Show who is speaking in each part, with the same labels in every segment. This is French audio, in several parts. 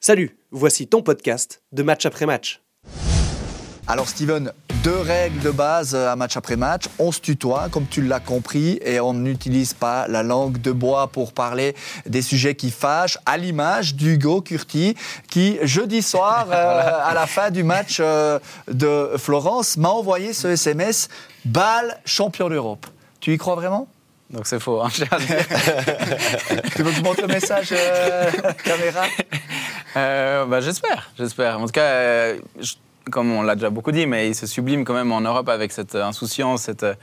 Speaker 1: Salut, voici ton podcast de match après match.
Speaker 2: Alors Steven, deux règles de base euh, à match après match. On se tutoie, comme tu l'as compris, et on n'utilise pas la langue de bois pour parler des sujets qui fâchent, à l'image d'Hugo Curti, qui jeudi soir, euh, à la fin du match euh, de Florence, m'a envoyé ce SMS, balle champion d'Europe. Tu y crois vraiment
Speaker 3: Donc c'est faux. hein, je tiens à le dire.
Speaker 2: Tu veux que je montre le message, euh, caméra
Speaker 3: Euh, bah, j'espère, j'espère. En tout cas, euh, je- comme on l'a déjà beaucoup dit, mais ils se subliment quand même en Europe avec cette euh, insouciance, cette, euh,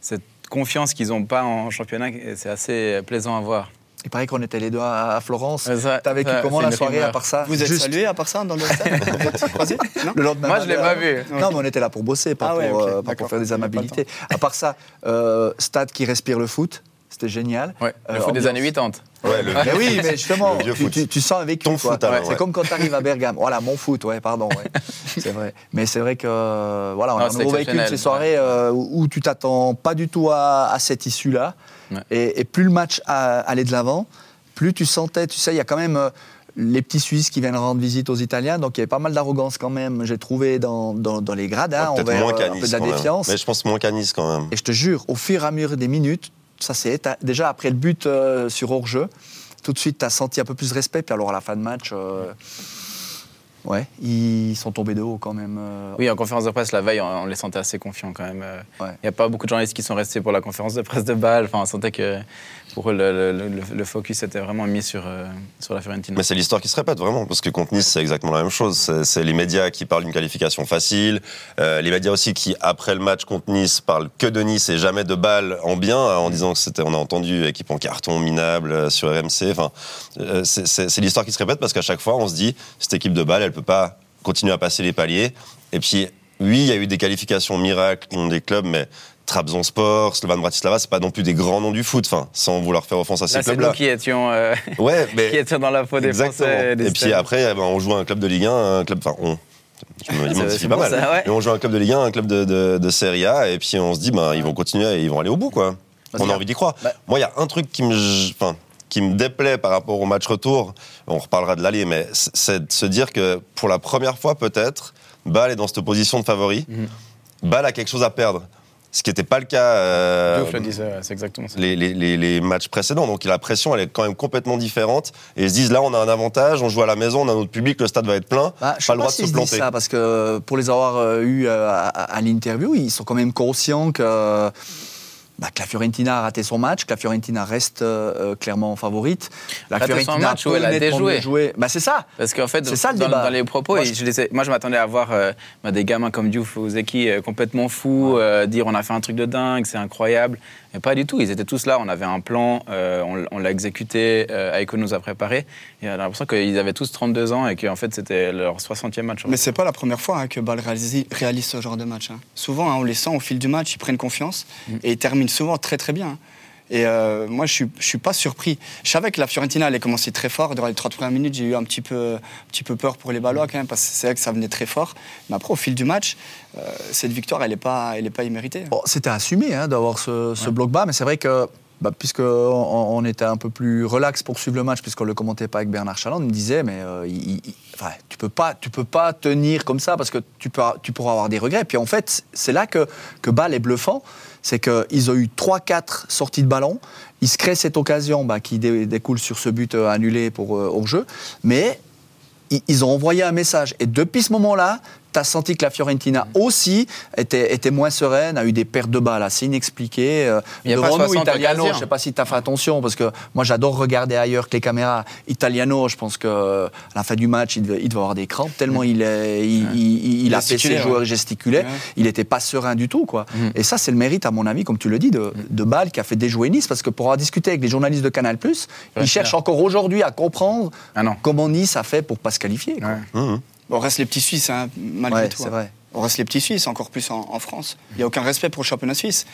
Speaker 3: cette confiance qu'ils n'ont pas en championnat. et C'est assez euh, plaisant à voir.
Speaker 2: Il paraît qu'on était les deux à à Florence.
Speaker 3: Ouais, ça-
Speaker 2: T'as vécu
Speaker 3: ça,
Speaker 2: comment
Speaker 3: c'est
Speaker 2: la
Speaker 3: une
Speaker 2: soirée
Speaker 3: rumeur.
Speaker 2: à part ça
Speaker 4: Vous êtes
Speaker 2: Juste
Speaker 4: salué à part ça dans le stade Vous êtes croisés Non
Speaker 2: Le lendemain
Speaker 3: Moi, je l'ai
Speaker 2: matin.
Speaker 3: pas vu.
Speaker 2: Non, mais on était là pour bosser, pas,
Speaker 4: Hein Ah ouais,
Speaker 2: pour, euh,
Speaker 4: ok,
Speaker 2: pas pour
Speaker 4: d'accord.
Speaker 2: faire des
Speaker 4: Il y avait pas le
Speaker 2: amabilités. À part ça, euh, stade qui respire le foot, c'était génial.
Speaker 3: Ouais, le
Speaker 2: Euh,
Speaker 3: foot des
Speaker 2: ambiance.
Speaker 3: années 80.
Speaker 5: Ouais, le-
Speaker 2: Mais oui, mais justement,
Speaker 5: Le vieux
Speaker 2: tu,
Speaker 5: foot.
Speaker 2: tu- tu sens avec
Speaker 5: Ton foot, alors,
Speaker 2: C'est
Speaker 5: ouais.
Speaker 2: comme quand tu arrives à Bergame. Voilà, mon foot, ouais, pardon. ouais. c'est vrai. Mais c'est vrai que euh, voilà, on
Speaker 3: Non,
Speaker 2: a un
Speaker 3: c'est
Speaker 2: nouveau véhicule
Speaker 3: exceptionnel,
Speaker 2: ces soirées euh, où où tu t'attends pas du tout à, à cette issue-là.
Speaker 3: Ouais.
Speaker 2: Et, et plus le match a- allait de l'avant, plus tu sentais, tu sais, il y a quand même. euh, les petits Suisses qui viennent rendre visite aux Italiens, donc il y avait pas mal d'arrogance quand même, j'ai trouvé dans, dans, dans les gradins,
Speaker 5: Ouais,
Speaker 2: envers
Speaker 5: moins
Speaker 2: euh,
Speaker 5: qu'à
Speaker 2: un peu
Speaker 5: Nice,
Speaker 2: de la
Speaker 5: quand même.
Speaker 2: défiance.
Speaker 5: Mais je pense moins qu'à Nice quand même.
Speaker 2: Et je te jure, au fur et à mesure des minutes, ça s'est éteint. Déjà après le but euh, sur hors-jeu, tout de suite, tu as senti un peu plus de respect. Puis alors à la fin de match, euh, ouais, ils sont tombés de haut quand même. euh.
Speaker 3: Oui, en conférence de presse la veille, on, on les sentait assez confiants quand même. euh, Il
Speaker 2: Ouais.
Speaker 3: n'y a pas beaucoup de journalistes qui sont restés pour la conférence de presse de Bâle. Enfin, on sentait que pour eux, le, le- le- le focus était vraiment mis sur, euh, sur la Fiorentina.
Speaker 5: Mais c'est l'histoire qui se répète vraiment, parce que contre Nice, c'est exactement la même chose. C'est- C'est les médias qui parlent d'une qualification facile, euh, les médias aussi qui, après le match contre Nice, parlent que de Nice et jamais de balles en bien, euh,
Speaker 3: Mm.
Speaker 5: en disant que c'était, on a entendu, euh, équipe en carton minable euh, sur RMC. Enfin, euh, c'est- c'est c'est l'histoire qui se répète parce qu'à chaque fois, on se dit, cette équipe de balles, elle peut pas continuer à passer les paliers. Et puis, oui, il y a eu des qualifications miracles contre des clubs, mais Trabzonspor, Slovan Bratislava, c'est pas non plus des grands noms du foot, enfin, sans vouloir faire offense à ces
Speaker 3: Là, c'est nous
Speaker 5: clubs-là.
Speaker 3: qui étions, euh,
Speaker 5: Ouais, mais
Speaker 3: qui étions dans la peau des
Speaker 5: Exactement.
Speaker 3: Français. des
Speaker 5: et puis
Speaker 3: Italiens.
Speaker 5: après, eh ben, on joue à un club de Ligue 1, un club. Enfin, on. Je me
Speaker 3: c'est
Speaker 5: m'identifie pas
Speaker 3: bon,
Speaker 5: mal.
Speaker 3: ça, ouais.
Speaker 5: Mais on joue à un club de Ligue 1, un club de, de, de Serie A, et puis on se dit, ben, ils vont continuer et ils vont aller au bout, quoi.
Speaker 2: Parce
Speaker 5: On
Speaker 2: qu'il y
Speaker 5: a
Speaker 2: a-
Speaker 5: envie d'y croire.
Speaker 2: Bah-
Speaker 5: Moi, il y a un truc qui me. j- Enfin, qui me déplaît par rapport au match retour, on reparlera de l'aller, mais c- c'est de se dire que pour la première fois peut-être, Bâle est dans cette position de favori. Bâle a quelque chose à perdre, ce qui n'était pas le cas euh,
Speaker 3: Diouf le disait, ouais, c'est exactement ça.
Speaker 5: les, les- les- les matchs précédents. Donc la pression, elle est quand même complètement différente. Et ils se disent là, on a un avantage, on joue à la maison, on a notre public, le stade va être plein.
Speaker 2: Bah, je sais
Speaker 5: pas le droit
Speaker 2: si
Speaker 5: de
Speaker 2: je
Speaker 5: se
Speaker 2: dis
Speaker 5: planter.
Speaker 2: ça parce que pour les avoir euh, eus euh, à, à- à l'interview, ils sont quand même conscients que, bah, que la Fiorentina a raté son match, que la Fiorentina reste euh, euh, clairement favorite. La
Speaker 3: Raté son
Speaker 2: Fiorentina
Speaker 3: match où elle a
Speaker 2: nettement
Speaker 3: déjoué.
Speaker 2: mieux joué. Bah, c'est ça.
Speaker 3: Parce qu'en fait,
Speaker 2: C'est ça, le
Speaker 3: dans,
Speaker 2: débat.
Speaker 3: dans les propos,
Speaker 2: Moi,
Speaker 3: et je les ai- moi je m'attendais à voir euh, bah, des gamins comme Diouf ou Zeki euh, complètement fous, euh, dire on a fait un truc de dingue, c'est incroyable. Mais pas du tout, ils étaient tous là, on avait un plan, euh, on, l- on l'a exécuté, euh, Aiko nous a préparé. Et on a l'impression qu'ils avaient tous 32 ans et qu'en fait c'était leur 60e match.
Speaker 4: Mais c'est pas la première fois hein, que Bâle réalise, réalise ce genre de match. hein. Souvent, hein, on les sent au fil du match, ils prennent confiance
Speaker 2: Mm.
Speaker 4: et ils terminent souvent très très bien. hein. Et euh, moi, je suis, je suis pas surpris. Je savais que la Fiorentina allait commencer très fort. Durant les 30 premières minutes, j'ai eu un petit peu, un petit peu peur pour les Ballois quand même, parce que c'est vrai que ça venait très fort. Mais après, au fil du match, euh, cette victoire, elle n'est pas, elle est pas imméritée.
Speaker 2: Bon, c'était assumé hein, d'avoir ce, ce bloc bas, mais c'est vrai que bah, puisqu'on on était un peu plus relax pour suivre le match, puisqu'on ne le commentait pas avec Bernard Chaland, il me disait, mais euh, il- il- il- enfin, tu peux pas, tu peux pas tenir comme ça parce que tu, peux, tu pourras avoir des regrets. Puis en fait, c'est là que, que Bâle est bluffant, c'est qu'ils ont eu 3-4 sorties de ballon, ils se créent cette occasion bah, qui dé- découle sur ce but euh, annulé pour euh, hors-jeu, mais i- ils ont envoyé un message. Et depuis ce moment-là, tu as senti que la Fiorentina
Speaker 3: Mm.
Speaker 2: aussi était, était moins sereine, a eu des pertes de balles assez inexpliquées. Euh,
Speaker 3: Il y a pas
Speaker 2: Devant nous,
Speaker 3: 60
Speaker 2: Italiano, je
Speaker 3: occasions.
Speaker 2: ne sais pas si tu as fait attention, parce que moi j'adore regarder ailleurs que les caméras. Italiano, je pense qu'à la fin du match, il devait, il devait avoir des crampes,
Speaker 3: Mm.
Speaker 2: tellement il, est- il, il- il- il a fait ses
Speaker 4: Gesticulait,
Speaker 2: joueurs
Speaker 4: ouais.
Speaker 2: gesticulait.
Speaker 4: Ouais. Mm.
Speaker 2: Il n'était pas serein du tout. quoi. Et ça, c'est le mérite, à mon avis, comme tu le dis, de, de Bâle qui a fait déjouer Nice, parce que pour avoir discuté avec les journalistes de Canal, ils
Speaker 3: Ouais,
Speaker 2: cherchent
Speaker 3: clair.
Speaker 2: encore aujourd'hui à comprendre
Speaker 3: Ah non.
Speaker 2: comment Nice a fait pour pas se qualifier. quoi.
Speaker 3: Ouais.
Speaker 5: Mhm.
Speaker 4: On reste les petits Suisses, hein, malgré
Speaker 2: Ouais,
Speaker 4: tout.
Speaker 2: c'est
Speaker 4: hein.
Speaker 2: vrai. Mm.
Speaker 4: On reste les petits Suisses, encore plus en, en France. Il n'y a aucun respect pour le championnat suisse.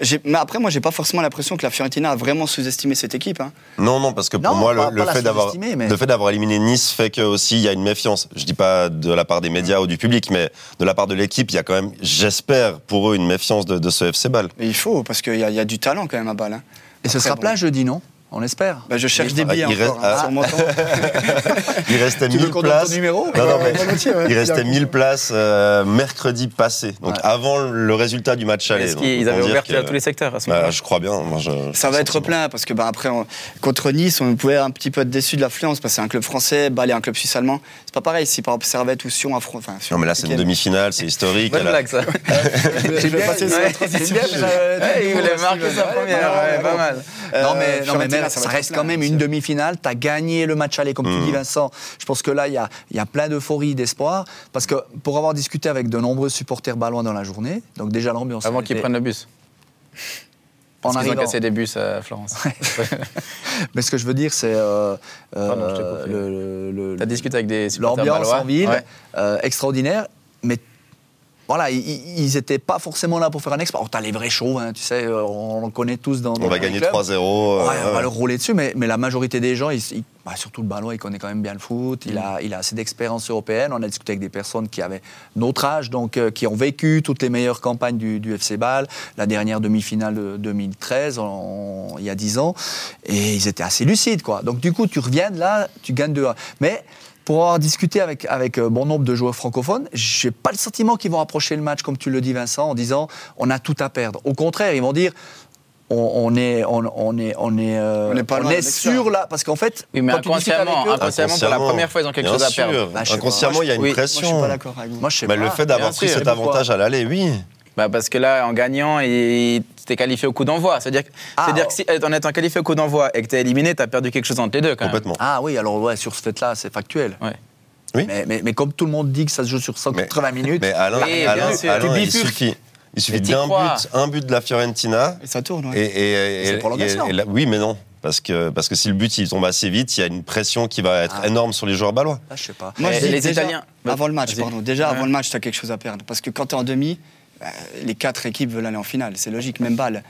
Speaker 4: J'ai- Mais après, moi, j'ai pas forcément l'impression que la Fiorentina a vraiment sous-estimé cette équipe. hein.
Speaker 5: Non, non, parce que pour
Speaker 2: Non,
Speaker 5: moi,
Speaker 2: pas- pas
Speaker 5: le, le
Speaker 2: la
Speaker 5: fait d'avoir,
Speaker 2: sous-estimer, mais-
Speaker 5: le fait d'avoir éliminé Nice fait que aussi il y a une méfiance. Je dis pas de la part des médias ou du public, mais de la part de l'équipe, il y a quand même, j'espère pour eux, une méfiance de, de ce FC Ball.
Speaker 4: Et il faut, parce qu'il y, a- il y a du talent quand même à Bâle. hein.
Speaker 2: Et ce
Speaker 4: Après,
Speaker 2: sera
Speaker 4: bon.
Speaker 2: plein jeudi, non On espère.
Speaker 4: Bah, je cherche des
Speaker 5: Ah,
Speaker 4: billets
Speaker 5: il reste-
Speaker 4: encore, hein,
Speaker 5: ah.
Speaker 4: sur mon temps.
Speaker 5: Il restait
Speaker 2: Tu veux
Speaker 5: 1000
Speaker 2: qu'on donne
Speaker 5: places.
Speaker 2: ton numéro
Speaker 5: Non, non, mais
Speaker 2: Volontiers, ouais.
Speaker 5: il restait 1000 places euh, mercredi passé, donc
Speaker 2: Ouais.
Speaker 5: avant le résultat du match aller.
Speaker 3: Est-ce
Speaker 5: Donc,
Speaker 3: qu'ils
Speaker 5: autant
Speaker 3: avaient
Speaker 5: dire
Speaker 3: ouvert
Speaker 5: que-
Speaker 3: à tous les secteurs à ce moment-là
Speaker 5: Bah, Je crois bien. moi, je-
Speaker 4: Ça va être plein parce que bah, après on- contre Nice, on pouvait un petit peu être déçu de l'affluence parce que c'est un club français, Bâle est un club suisse allemand. C'est pas pareil si par exemple Servette ou Sion affrontent. Enfin, Sion,
Speaker 5: Non, mais là, c'est une
Speaker 4: ok.
Speaker 5: demi-finale, c'est historique.
Speaker 3: Bonne
Speaker 5: elle a-
Speaker 3: blague, ça.
Speaker 4: Je vais passer sur la
Speaker 3: Ouais,
Speaker 4: transition.
Speaker 2: bien, mais euh, ça-
Speaker 3: Ouais, Il voulait marquer sa première,
Speaker 2: bah,
Speaker 4: mal,
Speaker 3: ouais,
Speaker 4: ouais,
Speaker 3: pas
Speaker 4: ouais.
Speaker 3: mal.
Speaker 4: Euh,
Speaker 2: non, mais, non, mais
Speaker 4: Fiorentina,
Speaker 2: merde,
Speaker 4: ça
Speaker 2: ça,
Speaker 4: va être
Speaker 2: reste
Speaker 4: plein,
Speaker 2: quand même
Speaker 4: hein,
Speaker 2: une
Speaker 4: c'est-
Speaker 2: demi-finale. Tu as gagné le match aller, comme tu
Speaker 5: Mm.
Speaker 2: dis, Vincent. Je pense que là, il y a, il y a plein d'euphorie, d'espoir. Parce que pour avoir discuté avec de nombreux supporters balois dans la journée, donc déjà l'ambiance.
Speaker 3: Avant
Speaker 2: elle
Speaker 3: qu'ils
Speaker 2: était-
Speaker 3: prennent le bus.
Speaker 2: en
Speaker 3: Parce qu'ils ont
Speaker 2: arrivant.
Speaker 3: cassé des bus à Florence.
Speaker 2: Mais ce que je veux dire, c'est. euh,
Speaker 3: Pardon, je t'ai
Speaker 2: euh,
Speaker 3: coupé.
Speaker 2: le- le- le-
Speaker 3: T'as discuté avec des supporters
Speaker 2: l'ambiance
Speaker 3: balois
Speaker 2: en ville,
Speaker 3: Ouais.
Speaker 2: euh, extraordinaire, mais voilà, i- i- ils n'étaient pas forcément là pour faire un exploit. Alors, t'as les vrais chauds, hein, tu sais, euh, on, on connaît tous dans. dans
Speaker 5: On va
Speaker 2: les
Speaker 5: gagner
Speaker 2: clubs.
Speaker 5: 3-0. euh,
Speaker 2: Ouais, on va
Speaker 5: ouais.
Speaker 2: leur rouler dessus, mais, mais la majorité des gens, ils- ils- bah, surtout le Balois, il connaît quand même bien le foot, il, a, il a assez d'expérience européenne. On a discuté avec des personnes qui avaient notre âge, donc euh, qui ont vécu toutes les meilleures campagnes du, du FC Bâle, la dernière demi-finale de 2013, en- il y a 10 ans, et ils étaient assez lucides. quoi. Donc du coup, tu reviens de là, tu gagnes 2-1. Mais pour avoir discuté avec, avec euh, bon nombre de joueurs francophones, j'ai pas le sentiment qu'ils vont approcher le match, comme tu le dis Vincent, en disant on a tout à perdre. Au contraire, ils vont dire on, on est, on, on est, on est, euh,
Speaker 4: On n'est pas loin de l'extra.
Speaker 2: sûr là, parce qu'en fait,
Speaker 3: Oui, mais
Speaker 2: quand tu discutes avec
Speaker 3: inconsciemment,
Speaker 2: eux-
Speaker 3: inconsciemment, pour la première fois, ils ont quelque
Speaker 5: Bien
Speaker 3: chose à
Speaker 5: sûr.
Speaker 3: perdre.
Speaker 2: Bah, je sais
Speaker 5: Inconsciemment,
Speaker 2: pas.
Speaker 5: il y a une
Speaker 3: Oui, moi, je
Speaker 4: Moi, je suis
Speaker 5: pression.
Speaker 4: pas d'accord
Speaker 3: hein.
Speaker 4: avec vous.
Speaker 2: moi je sais
Speaker 5: Mais
Speaker 2: pas.
Speaker 5: Bah, le fait d'avoir
Speaker 3: Bien
Speaker 5: pris
Speaker 3: sûr.
Speaker 5: cet avantage à l'aller, oui.
Speaker 3: Bah, parce que là, en gagnant, il t'es qualifié au coup d'envoi. C'est-à-dire que,
Speaker 2: Ah,
Speaker 3: c'est-à-dire
Speaker 2: oh.
Speaker 3: que si, euh, en étant qualifié au coup d'envoi et que t'es éliminé, t'as perdu quelque chose entre les deux quand
Speaker 5: Complètement.
Speaker 2: Ah oui, alors ouais, sur ce fait-là, c'est factuel.
Speaker 3: même. Ouais.
Speaker 5: Oui.
Speaker 2: Mais, mais, mais comme tout le monde dit que ça se joue sur 180 minutes,
Speaker 5: Mais Alain,
Speaker 3: Oui,
Speaker 5: Alain-
Speaker 3: bien sûr.
Speaker 5: Alain,
Speaker 3: Tu
Speaker 5: il
Speaker 3: bifurques.
Speaker 5: suffit, il suffit
Speaker 3: Mais t'y
Speaker 5: d'un
Speaker 3: crois.
Speaker 5: but, un but de la Fiorentina.
Speaker 4: Et ça tourne.
Speaker 5: Et,
Speaker 4: Ouais.
Speaker 5: et- et-
Speaker 2: C'est
Speaker 5: et-
Speaker 2: prolongation.
Speaker 5: et- et là- oui, mais non. Parce que, parce que si le but il tombe assez vite, il y a une pression qui va être
Speaker 2: Ah.
Speaker 5: énorme sur les joueurs balois.
Speaker 2: là, je sais pas.
Speaker 4: Moi,
Speaker 3: Et
Speaker 4: je dis
Speaker 3: Eh, les
Speaker 4: déjà,
Speaker 3: Italiens-
Speaker 4: Avant le match,
Speaker 3: Vas-y.
Speaker 4: pardon. Déjà,
Speaker 3: Ouais.
Speaker 4: avant le match, tu as quelque chose à perdre. Parce que quand tu es en demi, euh, les quatre équipes veulent aller en finale. C'est logique, même balle.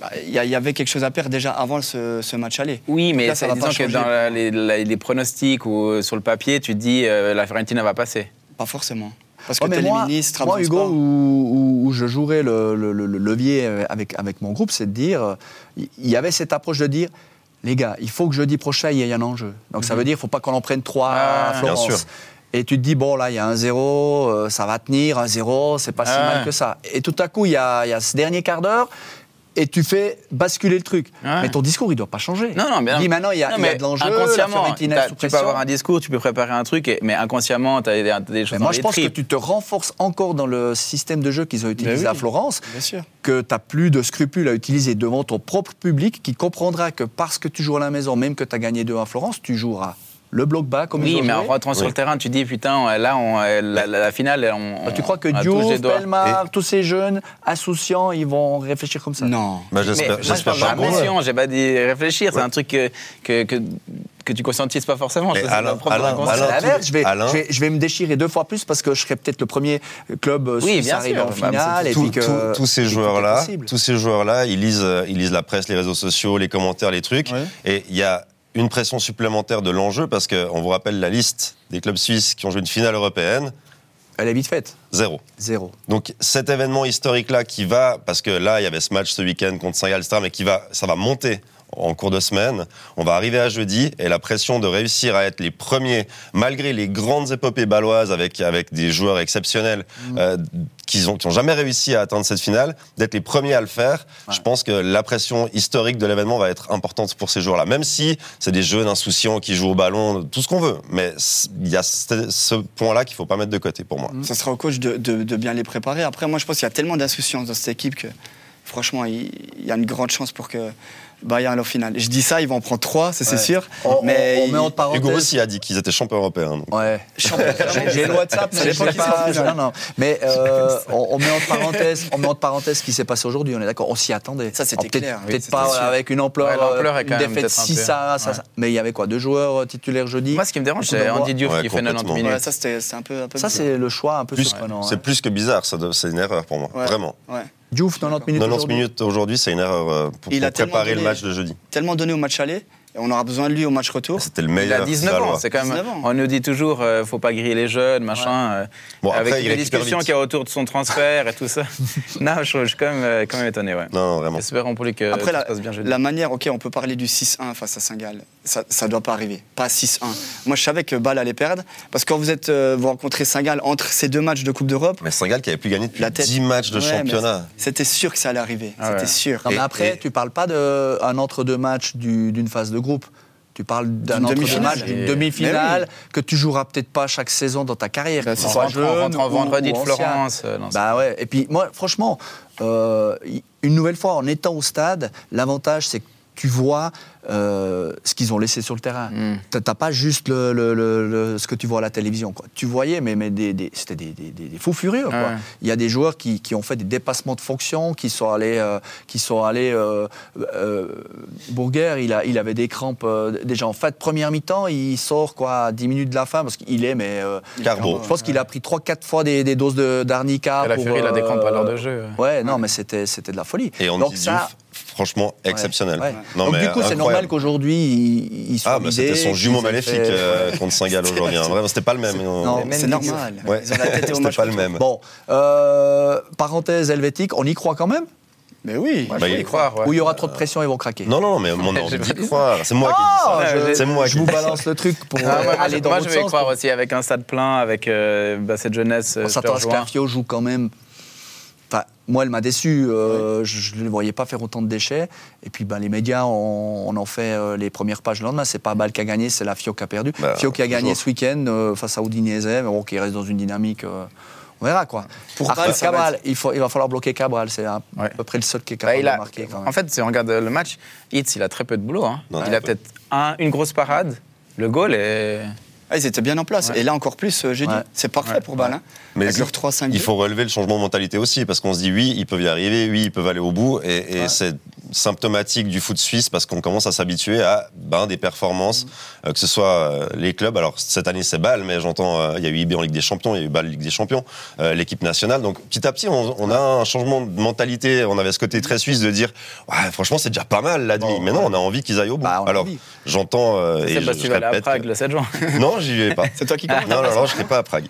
Speaker 4: Bah, Il y, a- il y avait quelque chose à perdre déjà avant ce, ce match aller.
Speaker 3: Oui, mais
Speaker 4: Là,
Speaker 3: c'est
Speaker 4: ça va
Speaker 3: disons
Speaker 4: pas
Speaker 3: que
Speaker 4: changer.
Speaker 3: dans la- les, la- les pronostics ou euh, sur le papier, tu te dis euh, la Fiorentina va passer.
Speaker 4: Pas forcément. Parce que
Speaker 2: Ouais, Oh, mais
Speaker 4: t'es les
Speaker 2: moi,
Speaker 4: ministres,
Speaker 2: moi, Hugo,
Speaker 4: Trabzonspor.
Speaker 2: où, où- où je jouerais le, le- le- le levier euh, avec, avec mon groupe, c'est de dire, euh, il il y avait cette approche de dire, les gars, il faut que jeudi prochain, il y ait un enjeu. Donc ça veut dire, il ne faut pas qu'on en prenne trois
Speaker 3: Mhm. Ah,
Speaker 2: à Florence.
Speaker 5: bien sûr.
Speaker 2: Et tu te dis, bon, là, il y a un zéro, euh, ça va tenir, un zéro, c'est pas si
Speaker 3: Ah.
Speaker 2: mal que ça. Et tout à coup, il y a, il y a ce dernier quart d'heure, et tu fais basculer le truc.
Speaker 3: Ouais.
Speaker 2: Mais ton discours, il ne doit pas changer.
Speaker 3: Ah. Non, non, mais
Speaker 2: Tu dis, maintenant, il y a,
Speaker 3: non,
Speaker 2: il y a
Speaker 3: mais
Speaker 2: de l'enjeu, la
Speaker 3: inconsciemment,
Speaker 2: Fiorentina est
Speaker 3: t'as-
Speaker 2: sous
Speaker 3: tu peux
Speaker 2: pression.
Speaker 3: avoir un discours, tu peux préparer un truc, et- mais inconsciemment, tu as des, des choses
Speaker 2: Mais
Speaker 3: dans
Speaker 2: moi,
Speaker 3: les
Speaker 2: je pense que
Speaker 3: tripes.
Speaker 2: tu te renforces encore dans le système de jeu qu'ils ont utilisé
Speaker 4: oui.
Speaker 2: à Florence,
Speaker 4: Bien sûr.
Speaker 2: que tu n'as plus de scrupules à utiliser devant ton propre public qui comprendra que parce que tu joues à la maison, même que tu as gagné 2 à Florence, tu joueras le bloc bas comme ils
Speaker 3: Oui,
Speaker 2: ont
Speaker 3: mais en
Speaker 2: joué.
Speaker 3: rentrant sur
Speaker 5: Oui.
Speaker 3: le terrain, tu dis putain, euh, là, on, euh, la, la- la finale, on,
Speaker 2: Euh, Bah, Tu
Speaker 3: on-
Speaker 2: crois que
Speaker 3: on touche
Speaker 2: Diouf,
Speaker 3: les doigts.
Speaker 2: Pelmar, tous ces jeunes insouciants, ils vont réfléchir comme ça
Speaker 4: Non.
Speaker 5: Bah,
Speaker 3: Mais
Speaker 5: J'espère
Speaker 3: moi, je
Speaker 5: j'espère
Speaker 3: parle
Speaker 5: pas. pour eux.
Speaker 3: d'inconscient, j'ai pas dit réfléchir, c'est
Speaker 5: Ouais.
Speaker 3: un truc que, que, que, que tu conscientises pas forcément.
Speaker 5: Mais
Speaker 3: je pense que c'est
Speaker 5: Alain-
Speaker 3: le propre de
Speaker 5: Alain-
Speaker 2: Moi, c'est
Speaker 3: l'inconscient.
Speaker 5: Alain,
Speaker 2: la
Speaker 5: tu-
Speaker 2: merde, je vais,
Speaker 5: Alain-
Speaker 2: je, vais, je vais me déchirer deux fois plus parce que je serai peut-être le premier club euh,
Speaker 3: Oui,
Speaker 2: suisse
Speaker 3: bien
Speaker 2: à arriver
Speaker 3: sûr.
Speaker 2: en
Speaker 3: Bah, mais
Speaker 2: finale. et
Speaker 5: Tous-
Speaker 2: puis que-
Speaker 5: tous- tous
Speaker 2: et
Speaker 5: ces
Speaker 2: que tout est
Speaker 5: joueurs là,
Speaker 2: possible.
Speaker 5: tous ces joueurs là, ils lisent, euh, ils lisent la presse, les réseaux sociaux, les commentaires, les trucs,
Speaker 4: Ouais.
Speaker 5: et il y a une pression supplémentaire de l'enjeu parce qu'on vous rappelle la liste des clubs suisses qui ont joué une finale européenne,
Speaker 2: Elle est vite faite,
Speaker 5: zéro.
Speaker 2: zéro.
Speaker 5: Donc cet événement historique là qui va, parce que là il y avait ce match ce week-end contre saint etc., mais qui va, ça va monter en cours de semaine. On va arriver à jeudi et la pression de réussir à être les premiers, malgré les grandes épopées baloises avec avec des joueurs exceptionnels euh, qui ont qui ont jamais réussi à atteindre cette finale, d'être les premiers à le faire. Je pense que la pression historique de l'événement va être importante pour ces joueurs-là, même si c'est des jeunes insouciants qui jouent au ballon, tout ce qu'on veut. Mais c- il y a ce ce point-là qu'il faut pas mettre de côté pour
Speaker 2: Hmm.
Speaker 5: moi.
Speaker 4: Ça sera au coach de, de- de bien les préparer. Après, moi, je pense qu'il y a tellement d'insouciance dans cette équipe que, franchement, il, il y a une grande chance pour que Bayern aille en finale. Je dis ça, ils vont en prendre trois, ça, c'est
Speaker 2: Ouais.
Speaker 4: sûr.
Speaker 3: Oh,
Speaker 2: On,
Speaker 4: mais
Speaker 2: mais on,
Speaker 4: il-
Speaker 2: met en parenthèse.
Speaker 5: Hugo aussi a dit qu'ils étaient champions européens. donc.
Speaker 2: Ouais. J'ai j'ai le WhatsApp,
Speaker 4: Ça
Speaker 2: mais je
Speaker 4: dépend
Speaker 2: l'ai
Speaker 4: qui
Speaker 2: pas.
Speaker 4: c'est.
Speaker 2: je- non, non. Mais euh, on, on met en parenthèse, on met en parenthèse ce qui s'est passé aujourd'hui. On est d'accord. On s'y attendait.
Speaker 4: Ça, c'était
Speaker 2: Alors, peut-être-
Speaker 4: clair, oui,
Speaker 2: Peut-être
Speaker 3: c'était
Speaker 2: pas
Speaker 3: sûr.
Speaker 2: avec une ampleur,
Speaker 3: Ouais, l'ampleur
Speaker 2: euh,
Speaker 3: est quand
Speaker 2: une
Speaker 3: même
Speaker 2: défaite
Speaker 3: peut-être un
Speaker 2: 6
Speaker 3: peu- hein.
Speaker 2: ça, ça,
Speaker 3: ouais.
Speaker 2: ça. Mais il y avait quoi Deux joueurs euh, titulaires jeudi.
Speaker 3: Moi, ce qui me dérange,
Speaker 2: Beaucoup
Speaker 3: c'est
Speaker 2: de droits.
Speaker 3: Andy Diouf
Speaker 5: Ouais,
Speaker 3: qui fait 90
Speaker 5: complètement.
Speaker 3: minutes.
Speaker 4: Voilà, ça, c'était c'est un peu. Un peu
Speaker 2: Ça, c'est le choix un peu
Speaker 5: Plus-
Speaker 2: surprenant.
Speaker 5: C'est
Speaker 2: hein.
Speaker 5: plus que bizarre, ça doit- c'est une erreur pour moi.
Speaker 4: Ouais.
Speaker 5: Vraiment.
Speaker 4: Ouais.
Speaker 2: Diouf 90 minutes.
Speaker 5: 90
Speaker 2: aujourd'hui.
Speaker 5: minutes aujourd'hui, c'est une erreur euh, pour,
Speaker 4: Il
Speaker 5: pour
Speaker 4: a tellement
Speaker 5: préparer le
Speaker 4: donné-
Speaker 5: match de jeudi.
Speaker 4: Tellement donné au match aller. On aura besoin de lui au match retour.
Speaker 5: C'était le
Speaker 3: Il
Speaker 5: meilleur.
Speaker 3: a 19 ans,
Speaker 5: Valois.
Speaker 3: c'est quand même.
Speaker 4: 19 ans.
Speaker 3: On nous dit toujours, euh, faut pas griller les jeunes, machin. euh,
Speaker 5: Bon,
Speaker 3: avec
Speaker 5: après,
Speaker 3: toutes
Speaker 5: il
Speaker 3: les
Speaker 5: récupère
Speaker 3: discussions
Speaker 5: vite.
Speaker 3: qu'il y a autour de son transfert et tout ça. non, je, je suis quand même, euh, quand même étonné, ouais.
Speaker 5: Non, non, vraiment.
Speaker 3: Espérons pour lui que
Speaker 4: Après,
Speaker 3: tout
Speaker 4: la,
Speaker 3: se passe bien jeudi.
Speaker 4: la manière, ok, on peut parler du 6-1 face à Saint-Gall. Ça ne doit pas arriver. Pas 6-1. Moi, je savais que Bâle allait perdre. Parce que quand vous, êtes, euh, vous rencontrez Saint-Gall entre ces deux matchs de Coupe d'Europe,
Speaker 5: Mais Saint-Gall qui avait plus gagné depuis
Speaker 4: La tête.
Speaker 5: 10 matchs de
Speaker 4: Ouais,
Speaker 5: championnat.
Speaker 4: c'était sûr que ça allait arriver.
Speaker 3: Ah
Speaker 4: c'était
Speaker 3: ouais.
Speaker 4: sûr.
Speaker 2: Non, mais
Speaker 5: Et-
Speaker 2: après,
Speaker 5: et-
Speaker 2: tu parles pas d'un entre-deux match du- d'une phase de groupe. Tu parles d'un
Speaker 4: D'une
Speaker 2: entre-deux
Speaker 4: demi-finale.
Speaker 2: match, d'une
Speaker 3: Et-
Speaker 2: demi-finale que tu joueras peut-être pas chaque saison dans ta carrière.
Speaker 4: Bah,
Speaker 2: que tu
Speaker 3: On
Speaker 4: c'est
Speaker 2: sois
Speaker 3: rentre, on rentre en
Speaker 2: jeune ou-
Speaker 3: vendredi
Speaker 2: ou
Speaker 3: de
Speaker 2: ancien.
Speaker 3: Florence. euh, non,
Speaker 2: Bah ouais. Et puis moi, franchement, euh, y- une nouvelle fois, en étant au stade, l'avantage c'est que tu vois euh, ce qu'ils ont laissé sur le terrain.
Speaker 3: Mm.
Speaker 2: T'as t'as pas juste le, le- le- le- ce que tu vois à la télévision. Quoi. Tu voyais, mais, mais des, des- c'était des, des- des- des fous furieux. quoi.
Speaker 3: Ouais.
Speaker 2: Il y a des joueurs qui, qui ont fait des dépassements de fonction, qui sont allés. euh, qui sont allés euh, euh, Bourguer, il, a, il avait des crampes euh, déjà en fin de première mi-temps. Il sort quoi, à 10 minutes de la fin, parce qu'il est, mais. euh,
Speaker 5: Carbo.
Speaker 2: je pense qu'il a pris 3-4 fois des, des doses de- d'arnica.
Speaker 3: Et la
Speaker 2: pour,
Speaker 3: Fury, la
Speaker 2: euh,
Speaker 3: décampe à l'heure de jeu. ouais.
Speaker 2: Ouais, non, mais c'était c'était de la folie.
Speaker 5: Et Andy
Speaker 2: Donc
Speaker 5: Diouf,
Speaker 2: ça-
Speaker 5: franchement,
Speaker 2: Ouais,
Speaker 5: exceptionnel.
Speaker 2: ouais.
Speaker 5: Non,
Speaker 2: Donc
Speaker 5: mais
Speaker 2: du coup, c'est
Speaker 5: incroyable.
Speaker 2: normal qu'aujourd'hui, ils, ils soient
Speaker 5: Ah, mais c'était
Speaker 2: bidés,
Speaker 5: son jumeau
Speaker 2: qu'ils aient
Speaker 5: maléfique
Speaker 2: fait-
Speaker 5: euh, contre Saint-Gall aujourd'hui. hein. Vraiment, c'était pas le même. euh, on-
Speaker 2: non,
Speaker 5: Ouais,
Speaker 4: C'est normal.
Speaker 5: Ouais.
Speaker 4: Ils ont la tête et au
Speaker 5: C'était
Speaker 4: match
Speaker 5: pas le
Speaker 4: retour.
Speaker 5: même.
Speaker 2: Bon, euh, parenthèse helvétique, on y croit quand même
Speaker 4: Mais oui.
Speaker 3: Moi,
Speaker 5: Bah,
Speaker 3: je peux
Speaker 5: il-
Speaker 3: y croire. ouais.
Speaker 2: Ou il y aura trop de pression, ils vont craquer
Speaker 5: Non, non, mais mon envie
Speaker 3: J'ai pas
Speaker 5: d'y
Speaker 3: dit ça.
Speaker 5: croire. C'est moi
Speaker 2: Ah,
Speaker 5: qui dis
Speaker 2: je-
Speaker 5: ça. C'est moi
Speaker 2: Je
Speaker 5: qui
Speaker 2: vous
Speaker 5: dis ça.
Speaker 2: balance le truc pour
Speaker 3: Ah, moi,
Speaker 2: aller
Speaker 3: je-
Speaker 2: dans
Speaker 3: moi,
Speaker 2: l'autre
Speaker 3: je vais y
Speaker 2: sens.
Speaker 3: croire aussi avec un stade plein, avec euh, bah, cette jeunesse. euh,
Speaker 2: On s'attend à ce
Speaker 3: Sturgeon.
Speaker 2: qu'Afio joue quand même. Enfin, moi, elle m'a déçu. euh, Je ne le voyais pas faire autant de déchets. Et puis, ben, les médias, on, on en fait euh, les premières pages le lendemain. C'est pas Bâle qui a gagné, c'est la Fio qui a perdu.
Speaker 5: Bah,
Speaker 2: Fio qui a gagné
Speaker 5: toujours.
Speaker 2: ce week-end euh, face à Udinese, mais bon, qui reste dans une dynamique. euh, on verra quoi.
Speaker 4: Pour
Speaker 2: Après,
Speaker 4: Bâle, ça va
Speaker 2: Cabral, il, faut, il va falloir bloquer Cabral. C'est à
Speaker 3: Ouais.
Speaker 2: peu près le seul qui est
Speaker 3: Bah,
Speaker 2: capable
Speaker 3: il a-
Speaker 2: de marquer quand même.
Speaker 3: en fait, si on regarde euh, le match, Hitz, il a très peu de boulot. hein.
Speaker 5: Non,
Speaker 3: il
Speaker 5: très
Speaker 3: a
Speaker 5: peu.
Speaker 3: peut-être un- une grosse parade. Le goal est.
Speaker 4: Ah, ils étaient bien en place.
Speaker 3: Ouais.
Speaker 4: Et là encore plus, euh, j'ai dit.
Speaker 2: Ouais.
Speaker 4: C'est parfait
Speaker 3: Ouais.
Speaker 4: pour Bâle. hein.
Speaker 5: Mais
Speaker 4: Avec
Speaker 5: il-
Speaker 4: leur 3-5.
Speaker 5: Il faut relever le changement de mentalité aussi, parce qu'on se dit oui, ils peuvent y arriver, oui, ils peuvent aller au bout, et, et c'est symptomatique du foot suisse parce qu'on commence à s'habituer à ben, des performances, euh, que ce soit euh, les clubs. Alors cette année c'est Bâle, mais j'entends euh, il y a eu IB en Ligue des Champions, il y a eu Bâle Ligue des Champions, euh, l'équipe nationale. Donc petit à petit, on, on a un changement de mentalité. On avait ce côté très suisse de dire ouais, franchement c'est déjà pas mal la demi.
Speaker 2: Bon,
Speaker 5: mais non, on a envie qu'ils aillent au bout.
Speaker 2: Bah, on a
Speaker 5: Alors
Speaker 2: envie.
Speaker 5: j'entends euh, et
Speaker 3: C'est
Speaker 5: je,
Speaker 3: parce que
Speaker 5: je
Speaker 3: tu vas aller à
Speaker 5: répète.
Speaker 3: Prague le 7 juin.
Speaker 5: que- Non, j'y vais pas.
Speaker 4: C'est toi qui
Speaker 5: Non,
Speaker 4: commence.
Speaker 5: non, non, je serai pas à Prague.